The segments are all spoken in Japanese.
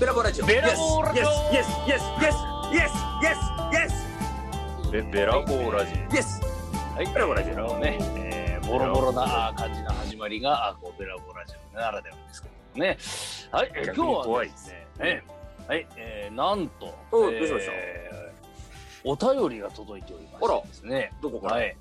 ベラボーラジオ。ベラボーラジオ Yes, yes, yes, yes, yes, yes, ベベラボーラジオ。 yes, yes. はい、ベラボーラジオのね、えー、ボロボロなあー感じの始まりが、あーこうベラボーラジオならではですけどもね。はい、えー逆今に日怖はいでですすね、えーはい、えー、なんと、おどうしましたえーお便りが届いておりましてですね。どこから？はい。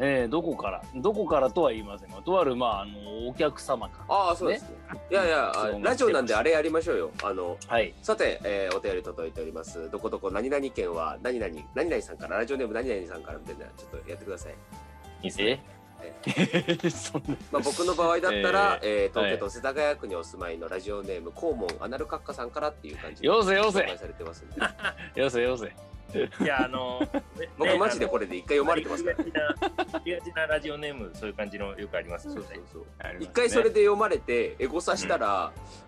えー、どこからどこからとは言いませんが、とある、まあ、あの、お客様かああ、そうですね。いやいや、あそうラジオなんであれやりましょうよ。あの、ら。はい。さて、えーお便り届いております。どこどこ何々県は何々何々さんからラジオネーム何々さんからみたいなちょっとやってください。えー そんな。まあ僕の場合だった ら、えー東はい京都世田谷区にお住まいのラジオネーム肛門アナルカッカさんからっていう感じでよせよせ紹介されてますんで。よせよせ。いや あのね僕マジでこれれで一回読まれてますから。ありがちなラジオネームそういう感じのよくありますそうよそうねそう。ありますね一回それで読まれてエゴサしたら、ん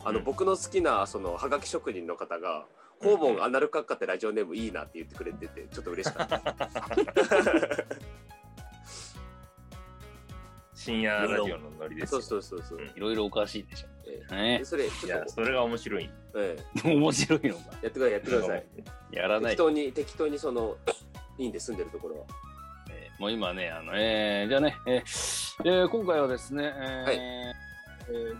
あのうん僕の好きなそのハガキ職人の方が「うん肛門アナルカッカってラジオネームいいな」って言ってくれててちょっと嬉しかったです深夜ラジオのノリですそようそうそうそう、うんいろいろおかしいでしょ。ええねで、それいちょっやと、それが面白いえ面白いのか。えやってくださいやってくださいやらな適い。当に適当にそのいいんで住んでるところはえーもう今ね、あの、えーじゃあね、えーえー今回はですね、えーはいえー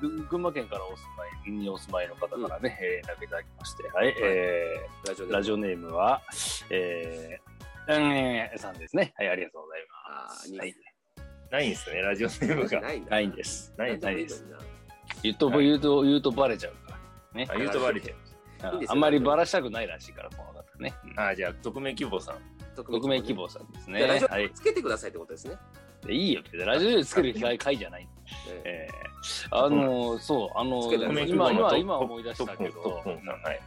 ぐ群馬県からお住まいにお住まいの方からね、えー、連絡いただきまして、はい、えラジオネーームラジオネームは、えー、えーさんですね。はい、ありがとうございまあす。ーにはい、ないんですねラジオネームがないなないんです。ないんなでんいででもいすいのに言うと、はい言うと、言うとバレちゃうから。あ言うとばりであいいですよあんまりバラしたくないらしいから、この方ね。うんあじゃあ匿名希望さんな匿匿名希望さんですね。じゃあラジオはい。つけてくださいってことですね、でいいよ、別にラジオでつける機会会じゃない。えええー、あのー、そう、あのつけてなー、い今、匿名希望今、の今トップ思い出したけトッどプ、ンさんはい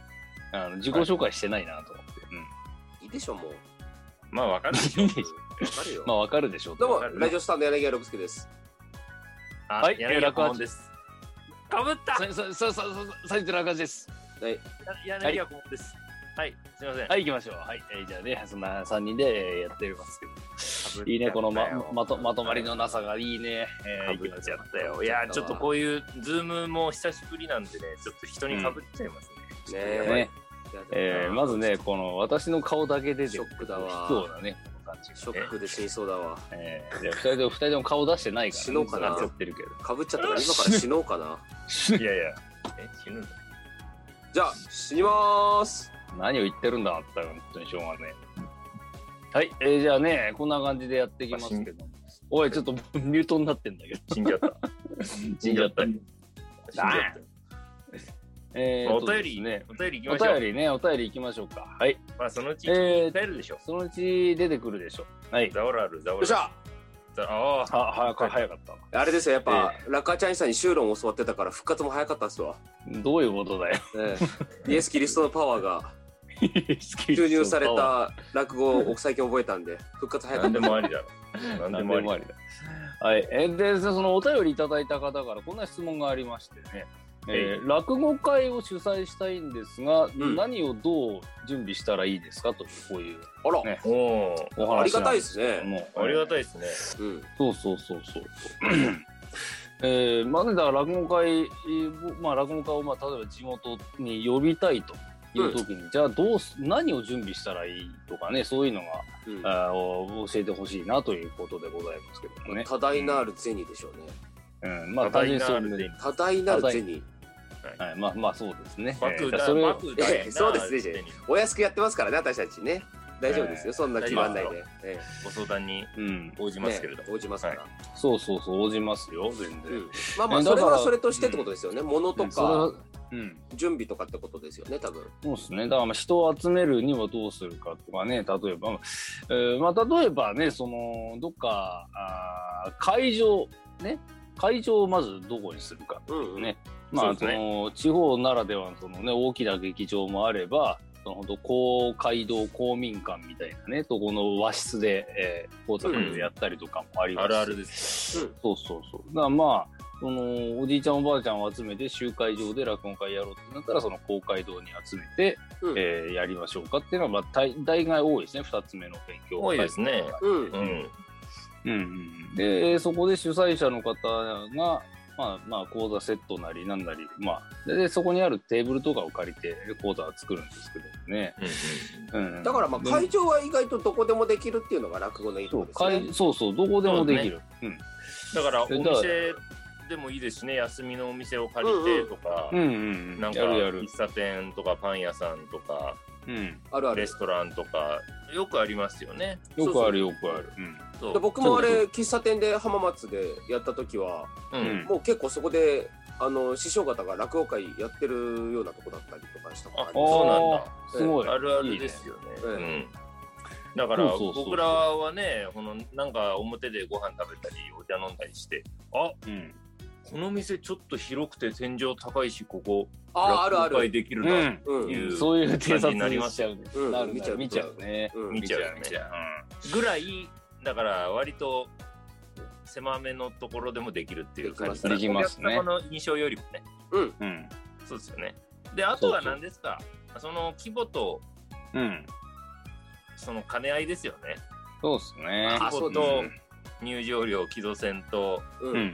あの自己紹介してないなと思って。いいでしょもうまあわかるでしうょん。いいでしょわかるよ、まあ、わかるでしょうどと。うもラジオスタンド柳原六輔ですあはい柳楽八家門ですかぶったさ、さ、さ、さ、さ、さ、いてる赤字です。柳家門ですはいすいませんはい、行きましょう。はい、えーじゃあね、そんな三人でえーやっておりますけど。いいね、このま、まと、まとまりのなさがいいね。えかーぶっちゃったよ。いいやや、ちちょょっっととここういうズームも久しぶりなんでね、ちょっと人ににかかぶぶっちゃいますね。ね行きましょうね。やでもなえーまずね、この私の顔だけ出てショックだわそうだね、この感じショックで死にそうだわえー、で二人とも二人とも顔出してないから、死のうかなずっとやってるけど。かぶっちゃったから今から死のうかないやいや。え、死ぬんだ。じゃあ死にまーす何を言ってるんだったら本当にしょうがねえはい、えーじゃあねこんな感じでやっていきますけどおいちょっとミュートになってんだけ ど死んじゃった。 死んじゃった死んじゃった。えーおとで便すり、ねお便り行おきましょ便う。りねお便りいきましょうかはいまあ、そのうちえー帰るでしょ。そのうち出てくるでしょうはいザオラル、ザオよっラしル。ゃザああ、は早か早かったわあれですよやっぱ、ラカチャインさんに修論教わってたから復活も早かったっすわ、どういうことだよ ええイエス・キリストのパワーが注注入された落語を最近覚えたんで復活早かっ何たでもありだろ。 何で何もでありもだありだはいえーでそのお便りいただいた方からこんな質問がありましてねえー落語会を主催したいんですが、ん何をどう準備したらいいですかというこういうあら、ねおおおあり話がなたんいでですすけどねもー、ありがたいですね。うんそうそうそうそう。えー、まずだから落語会、えーぼまあ、落語家を、まあ、例えば地元に呼びたいという時に、じゃあどうす何を準備したらいいとかねそういうのうんが、あーお教えてほしいなということでございますけどもね、多大なる銭でしょうねうん、まあた単だ純にいなそうるいうで多大なる銭はい、まあまあそうですね、えバクーじゃあだ、それバをクだいな。そうですねじゃあお安くやってますからね私たちね大丈夫ですよ、ええそんな決まんないで、ええご相談にうん、応じますけれどね。応じますから、そうそうそう応じますよ全然、うんまあまあえそれだかはらそれとしてってことですよね、物とうんそれかはうん準備とかってことですよね多分そうですね。だからまあ人を集めるにはどうするかとかね、例えば、えーまあ例えばね、その、どっか、あー会場、ね、会場をまずどこにするか。うんうんねまあ、そそうですねの、地方ならではのそのね、大きな劇場もあれば、その本当公会堂公民館みたいなね、とこの和室で、えー、講座会をやったりとかもありますしあるあるです。うんそうそうそう。だからまあ、そのおじいちゃんおばあちゃんを集めて集会場で落語会やろうってなったらその公会堂に集めて、うんえーやりましょうかっていうのは、まあ、大大概多いですね2つ目の勉強多会いですね。うんうん。うんうん、でそこで主催者の方が、まあまあ講座セットなりなんなり、まあ、ででそこにあるテーブルとかを借りて講座は作るんですけどね。うん、だからまあで会場は意外とどこでもできるっていうのが落語のいいとそこうですね会。そうそうどこでもできる。だからおえだから店でもいいですしね休みのお店を借りてとか、うん、うん、うんうんなんかやるやる喫。茶店とかパン屋さんとかうん、あるあレる。ストランとかよくありますよね。よくあるよくある。うんそでう僕もあそうれ喫茶店で浜松でやった時はうんうんもう結構そこであの師匠方が落語会やってるようなとこだったりとかしたことありあそうなんだあーすごい。あるあるですよね。いいねうん、だからそうそうそう僕らはねこのなんか表でご飯食べたりお茶飲んだりしてあいいね。この店ちょっと広くて天井高いしここあああるあ落語会る。できるうな、ん。うんいうんうそういう偵察感じになりますしちゃうね。うんなる見見ちちゃうゃう見ちゃうね。うん見ちゃうよね見ちゃう。ぐらいだから割と狭めのところでもできるっていう感じできますねお客様の印象よりもねうん。そうですよねであとそはうそう何ですかその規模とうん。うん。その兼ね合いですよねそうですね。あ規そ模うですとね入場料寄贈船とううんん。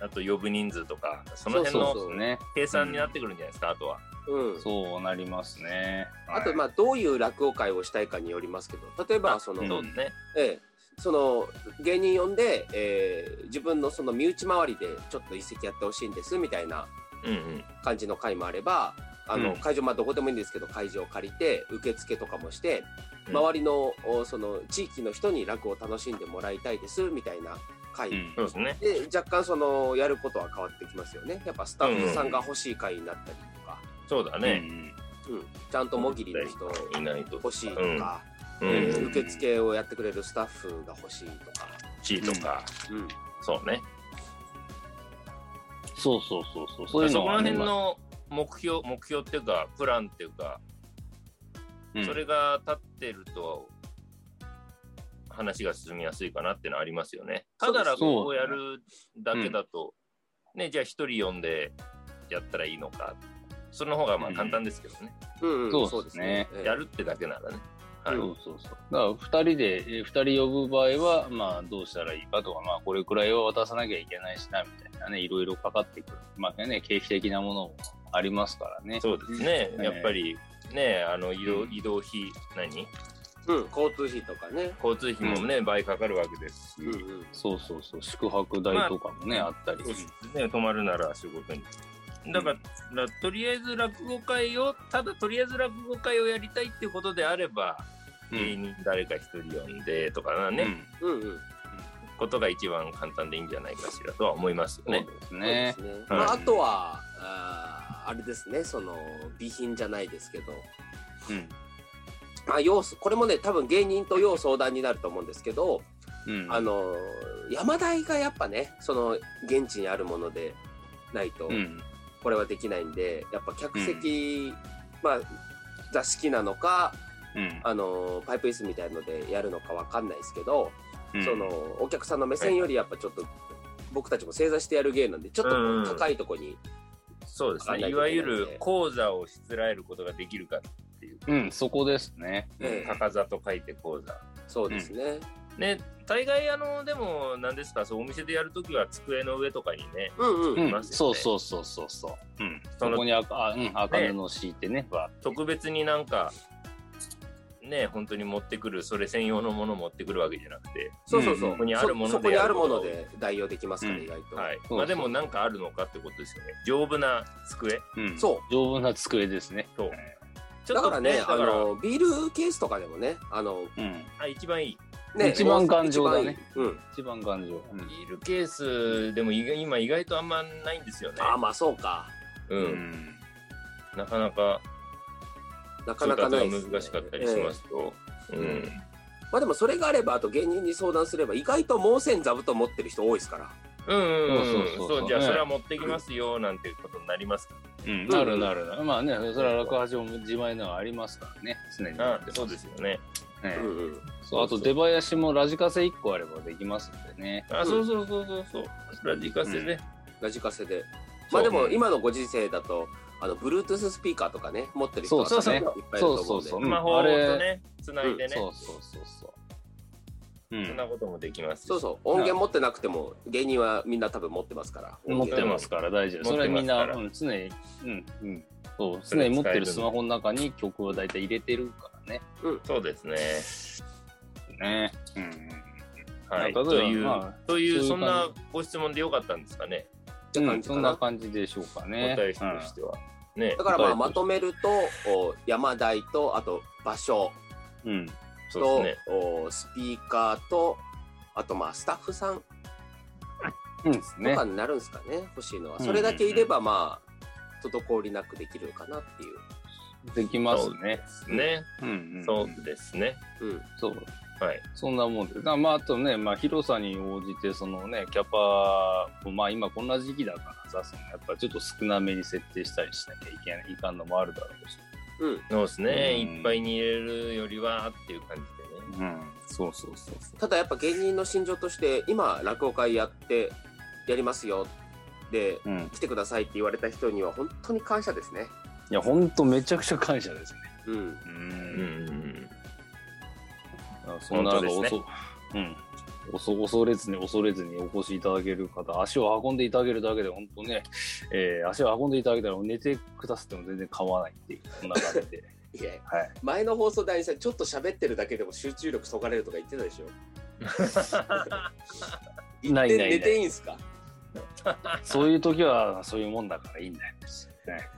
あと呼ぶ人数とかその辺そうそうのそうそうね。計算になってくるんじゃないですかあとはうん。そうなりますね。あとまあ、あどういう落語会をしたいかによりますけど例えばそのうんそうですねええ、その芸人呼んで、えー自分のその身内周りでちょっと一席やってほしいんですみたいなうんうん感じの会もあればあの、うん会場まあどこでもいいんですけど会場を借りて受付とかもしてうん周りの,お、その地域の人に落語を楽しんでもらいたいですみたいな会、うんそうですねで若干そのやることは変わってきますよねやっぱスタッフさんが欲しい会になったりとか、そうだね、うんちゃんともぎりの人いないと欲しいとうんか、うえーん、受付をやってくれるスタッフが欲しいとか。地位とか、うんそうねそうそうそうそう。そういうそのこはらね辺の目標目標っていうかプランっていうか、うんそれが立ってると話が進みやすいかなってのはありますよね。ただ落語をやるだけだと、ねじゃあ一人呼んでやったらいいのかその方がまあ簡単ですけどね、うんうん、そうですねそうですねやるってだけならね。はいそうそうそう。だから二人で、えー二人呼ぶ場合は、まあどうしたらいいかとか、まあこれくらいは渡さなきゃいけないしな、みたいなね、いろいろかかってくる。まあね、経費的なものもありますからね。そうですね、うんやっぱりねあの移動,、うん移動費何うん、交通費とかね。交通費もね、倍かかるわけですし、うんうん。そうそうそう。宿泊代とかもね、まああったりそう。ですね、泊まるなら仕事に。だから、とりあえず落語会を、ただとりあえず落語会をやりたいってことであれば、う芸ん。人誰か一人呼んでとかね、うんうんうん。ことが一番簡単でいいんじゃないかしらとは思いますよそうね。ですそうでねす。ね。はいまあ、あとは、あーあれですね、その、備品じゃないですけど、うん。まあ、要素、これもね、多分芸人と要相談になると思うんですけど、うん。あの、山台がやっぱね、その、現地にあるものでないとう、ん。これはできないんで、やっぱ客席、まあ、座敷なのか、うん。あの、パイプ椅子みたいのでやるのかわかんないですけど、うんその、お客さんの目線よりやっぱちょっと、僕たちも正座してやる芸なんでちょっうんうんと高いとこに、そうです考えてね。いいけなわいでゆる講座をしつらえることができるか、うん、そこですね。ええ高座と書いて講座。そうですね、ね、大概あの、でも、何ですか、そうお店でやるときは机の上とかにね、うんうん、ういまん、すよねそうそうそうそうそう。うん、そそのこにあか、あ、うん、赤布を敷いてね、わ、特別になんか、ね、本当に持ってくる、それ専用のもの持ってくるわけじゃなくて、そうそうそう、うんここにあるものでそそこにあるものやで代用できますから、うん意外と、はい。そうまあでもなんかあるのかってことですよね。丈夫な机。うん、、そう丈夫な机ですね。そうちだからねだあからのビールケースとかでもねあのうん、あ一番いい。ね一番頑丈だね一番いいうん一番頑丈。うんビールケースでも意外今意外とあんまないんですよね。ああまあそうかう。うんん、なかなかなか調なか達ながいですね難しかったりしまえすと。ううんん。えまあでもそれがあればあと芸人に相談すれば意外と盲線座布団持ってる人多いですからうんうんうそうそんうそうそうじゃあねそれは持ってきますよなんていうことになりますかうん、なるなるなる。まあね、それは落八も自前のがありますからね、常に。ら。あそうですよね。ねうんうんそう、あと出囃子もラジカセ一個あればできますんでね。あそうそうそうそうそう。ラジカセで。ラジカセでそまうあでも今のご時世だとあの Bluetooth スピーカーとかね持ってる人はそうそういっぱいいるとそう思そうんでうそう、スマホあとれ、ねつないでね。そうそうそうそう。うんそんなこともできますしそうそう音源持ってなくても芸人はみんな多分持ってますから持ってますすから大丈夫。それはみんな、うん、常に、うん、うん。そう、常に持ってるスマホの中に曲を大体入れてるからね。そうですね。ね。うん。はい。まあという、まあというそういう感じそんなご質問でよかったんですかね。って感じそかんなな感じでしょうかおね。便りとしては。ね。だからまあまおとめるとお山台とあと場所うん。便りとと、しておスピーカーとあとまあスタッフさんうんですとねか。になるんですかね欲しいのはうんそれだけいればまあ滞りなくできるかなっていできますね。そうですね。うんうん。そうですね。う、うん、そう。はい。そんなもんで。だからまあ、あとね、まあ、広さに応じて、そのね、キャパも、まあ、今こんな時期だからさ、そのやっぱちょっと少なめに設定したりしなきゃいけない、いかんのもあるだろうし。うん、そうですね。うんいっぱいに入れるよりはっていう感じでうね。ん。そうそうそうそう。ただやっぱ芸人の心情として今落語会やってやりますよでうん、来てくださいって言われた人には本当に感謝ですねいや本当めちゃくちゃ感謝ですね。うんううんん、うんそんな本当のです恐、うん、恐恐れずに恐れずにお越しいただける方、足を運んでいただけるだけで本当ね、えー足を運んでいただけたら寝てくださっても全然構わないっていうこんな感じで、いや はい。前の放送で兄さんちょっと喋ってるだけでも集中力そがれるとか言ってたでし ょ言ってないないない寝ていいんすかそういう時はそういうもんだからいいんだよ。ね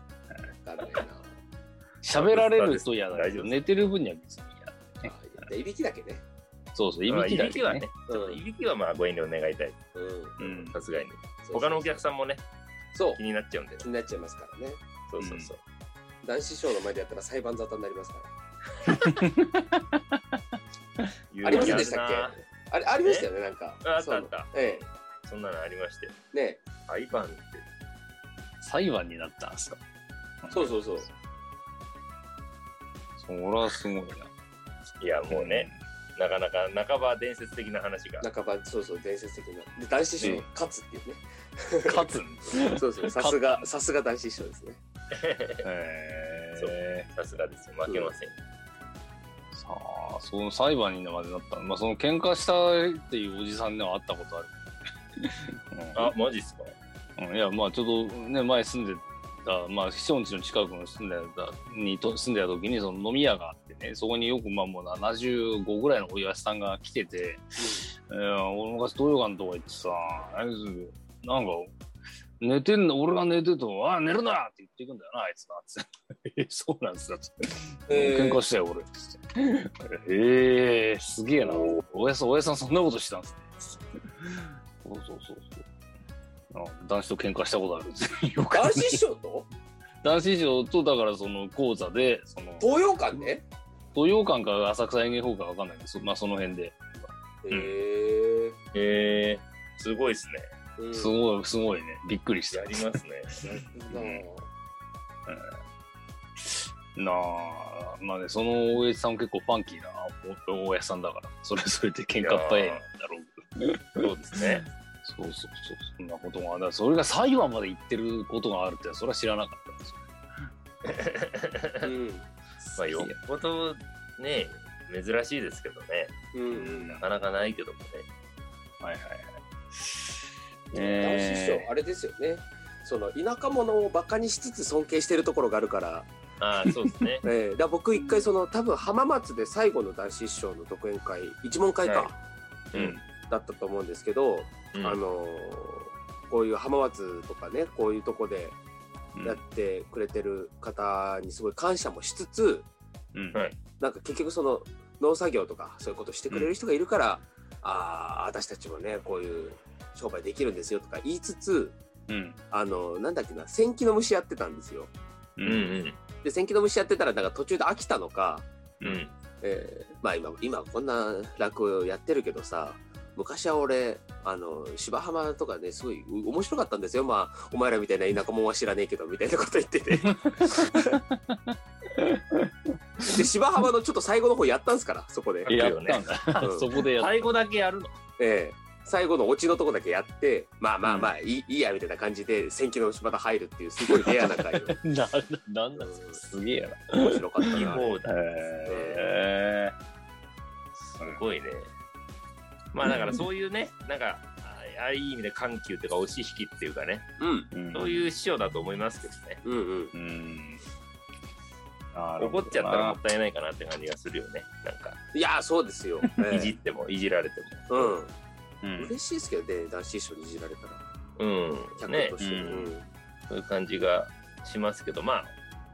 わか んないな喋られると嫌だけ大丈夫どです寝てる分には別にあーいびきだけね嫌。そうそう、いまあびいきだびよきはねね。、うんいびきはまあご遠慮願いたい。うんうんさすがに。そう他のお客さんもね、そう気になっちゃうんで。気になっちゃいますからねそうそうそう。男子師匠の前でやったら裁判沙汰になりますからありませんでしたっあれありましたよねなんかああったそういうのあったえけそんなのありまして。えね裁判って。裁判になったんですか。えそうそうそうそれはすごいな。いや、もう ね、なかなか半ば伝説的な話が。半ばそうそう伝説的なで男子師匠うん勝つっていうね。うん。勝つんですねそうそうさすがさすが男子師匠ですねへーさすがですよ。負けません。さあその裁判にまでなったのまあその喧嘩したっていうおじさんには会ったことあ る、あ、マジっすかうんうんいやまあちょっとね前住んでたまあ市町の近くの住んでたにと住んでた時にその飲み屋があってねそこによくまあもう75ぐらいのおやじさんが来てて「いや俺昔東洋館とか行ってさあいつなんか寝てんの俺が寝てると「あ寝るな!」って言っていくんだよなあいつなつって えそうなんですだ」つってえー喧嘩したよ俺つってええすげえなおやさんおやさんそんなことしたんですねそうそうそうそうあ男子と喧嘩したことある つってよく男子師匠と男子以上とだからその講座でその東洋館ね東洋館か浅草演芸法かわかんないけどそ,、まあ、その辺で、へえんへえー、すごいっすね。うんすごいすごいねびっくりしやたりますね。なんだなあまあねそのおやじさんも結構ファンキーなおおやじさんだからそれそれで喧嘩っ早いんだろうけどそうで すね。そうそうそう、そんなことが、だからそれが裁判まで行ってることがあるって、それは知らなかったんでうすよ。んまあ、よっぽどね、珍しいですけどね。うんうんなかなかないけどもね。はいはいはい。男子師え匠あれですよねその田舎者をバカにしつつ尊敬してるところがあるから。ああ、そうですね ええだから僕一回その多分浜松で最後の男子師匠の独演会一問会か、はううんん。だったと思うんですけど、うんあのーこういう浜松とかねこういうとこでやってくれてる方にすごい感謝もしつつうんはいなんか結局その農作業とかそういうことしてくれる人がいるから、ああ私たちもねこういう商売できるんですよとか言いつつうんあのーなんだっけな千機の虫やってたんですよ。ううんんで千機の虫やってたらなんか途中で飽きたのかうん。うん。えーまあ今今こんな落語やってるけどさ昔は俺あの芝浜とかねすごいう面白かったんですよまあお前らみたいな田舎者は知らねえけどみたいなこと言っててで芝浜のちょっと最後の方やったんですからそこで、いやったんだ。うんそこでやった。最後だけやるのえー最後のオチのとこだけやってまあまあまあ、いいいいやみたいな感じで千機のまた入るっていうすごいレアな 回を な、なんなんですか。すげえな。面白かったいいな方だ。へえ。すごいね。まあだからそういうね、なんか、ああいい意味で緩急というか、押し引きっていうかね、うんうんそういう師匠だと思いますけどね。うんうんうん。怒っちゃったらもったいないかなって感じがするよね。なんか、いやーそうですよ、ええいじっても、いじられてうんう嬉しいですけどね男子師匠にいじられたらも。うん。ね客と、して、ねうんそういう感じがしますけど、まあ、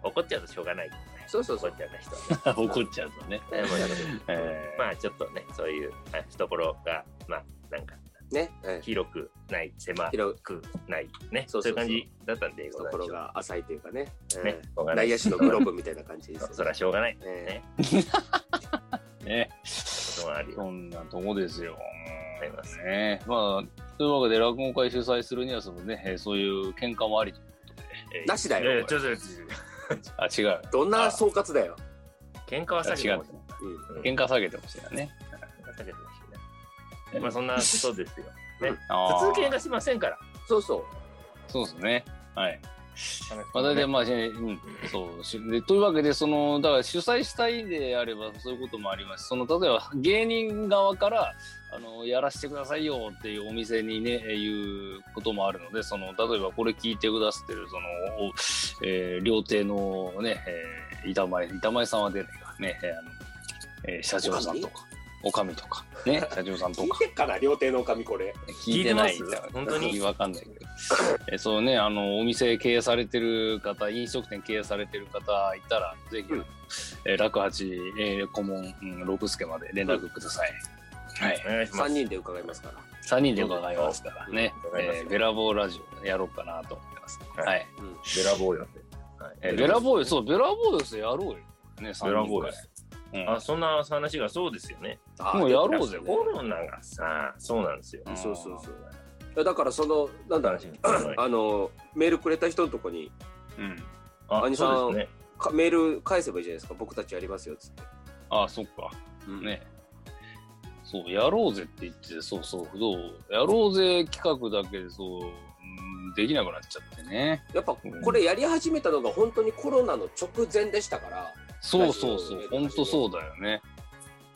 怒っちゃうとしょうがないけどね。そうそうそう怒っちゃった人はね。ん。 怒っちゃうとね。えーえまあちょっとね、そういうはい懐が、まあなんかね、ええ広くない、狭広くない、ね、そそそうそううういう感じだったんで、いところが浅いというかね、ごえめんなさいね、しょうがえない内野手のグローブみたいな感じですよそそらしょうがない、ええね、ーね。こともあるよ。そんなとこですよ。ありますね。まあ、というわけで、落語会主催するには、そのね、えーそういう喧嘩もありということで。えーなしだいやいよや、ちょっと、ちょっとあ、違う。どんな総括だよ、喧嘩は避け違てうほしい。。うんうん喧嘩下げてほしいよね。喧嘩避けてほしいね。まあそんなことですよ。あー普通喧嘩しませんから。そうそうそうですね。はい。まあ、あ大体まあ、しうん、そうしで。というわけで、その、だから主催したいであれば、そういうこともありますし、その、例えば芸人側から、あの、やらせてくださいよっていうお店にね、えいうこともあるので、その、例えばこれ聞いてくださってる、その、おえー料亭のね、えー板前、板前さんは出ないからね、えーあの、えー社長さんとか、おかみとか、ね、社長さんと聞いか。てっかな料亭のおかみこれ聞いてない聞いてます本当にわかんないけど。えそうね、あの、お店経営されてる方、飲食店経営されてる方いたら、ぜひ、うんえー楽八、えー顧問、うん、六助まで連絡ください。はい。お願いしま3す。人で伺いますから3人で伺いますからねうん、伺いますえよーベラボーラジオやろうかなと思ってます。はいはい。うんベラボーよ。はいえーベラボーイ、そう、ベラボーイスやろうよ。ね、3人ベラボーイでス。うんあ、そんな話がそうですよね。あーもうやろういぜや。コロナがさ、そうなんですよ。うんそうそうそういやだからそのなんだ楽しみですねあのメールくれた人のとこにうん。あ兄さんそうですね。かメール返せばいいじゃないですか僕たちやりますよっつって、あ、そっか。うんね。そう、やろうぜって言って、そうそう、どうやろうぜ企画だけで、そう、うんできなくなっちゃってね。やっぱこれやり始めたのが本当にコロナの直前でしたから、そうそうそう、ほんとそうだよね。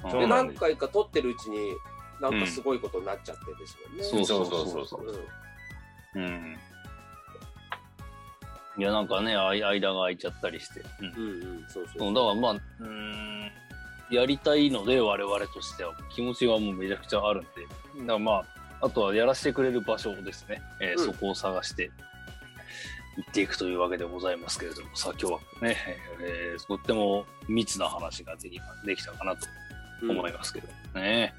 うんそうでなん何です回か撮ってるうちになんかすごいことになっちゃってですもんね、そうそうそそううそそううそそうう。うんうん。いや、なんかね、あい間が空いちゃったりして。うんうんうんそうそそううだからまあ、うーん、やりたいので、我々としては、気持ちはもうめちゃくちゃあるんで、だからまあ、あとはやらせてくれる場所をですね、えーうんそこを探して、行っていくというわけでございますけれども、さあ今日はね、えーとっても密な話ができできたかなとうん思いますけどね。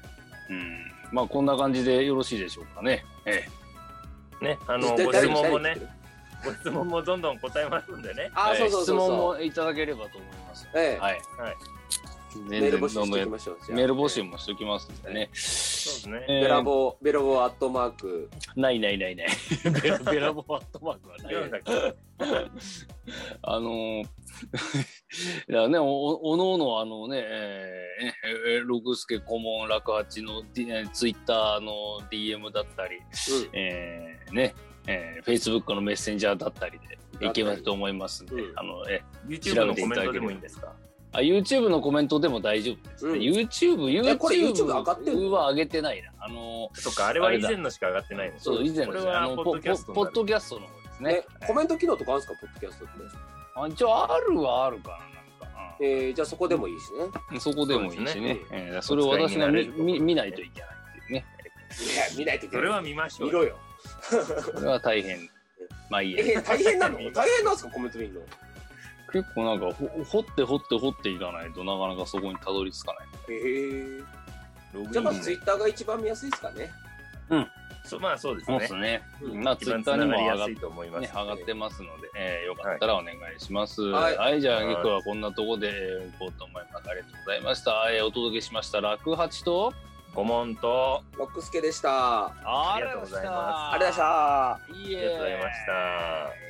うん。まあこんな感じでよろしいでしょうかね。えね、あの、でご質誰に問もね誰に言って、るご質問もどんどん答えますんでね。あーそうえそう質そう問そうもいただければと思います。ええはい。はい全然メール募集どんしどていんきましょうじゃあメール募集もしておきますんでね。そうですね。えーベラボーベラボーアットマークないないないない。ベラベラボアットマークはない。読んだっけあのー、 だからね、おおおのおのあのね、えー、えー六助顧問楽八の D- えーツイッターの DM だったり、えー、ね、えー、Facebook のメッセンジャーだったりでいけますと思いますんで、うんあの、え YouTube のコメントでもいいんですかあ、YouTube のコメントでも大丈夫ですね。うん YouTube、えこれ YouTube YouTube 上がってんのは上げてないな。あのー、そっか、あれは以前のしか上がってないの。そう、以前このでれすねあはのポポッドキャスポトにポなッるドキャストの方ですうんえね。コメント機能とかあるんですかポッドキャストってあ一応あるはあるかな、なんか。うんえー、じゃあそこでもいいしね。そこでもいいしね。そそうですねえーそれを私が見見見ないといけないっていうね。いや見ないといけそない。れは見ましょ見うよ。ろよ。これは大変。まあいいや。えー、大変 なの大変なんですかコメント見るの。結構なんかほ掘って掘って掘っていかないとなかなかそこにたどり着かない。えー、ログインじゃあまずツイッターが一番見やすいですかね。そうまあそうですそうでねす。ね。うんまあ一ツイ番ッつターなにもがり上やがっすいと思います。ね、上がってますので、えーよかったらお願いします。ははいい、じゃあはい今日はこんなとこでえー行こうと思います。ありがとうございました。えーお届けしました楽八とご問答ロックスケでした。あありがとうございますりがとうございました。いました。いいありがとうございました。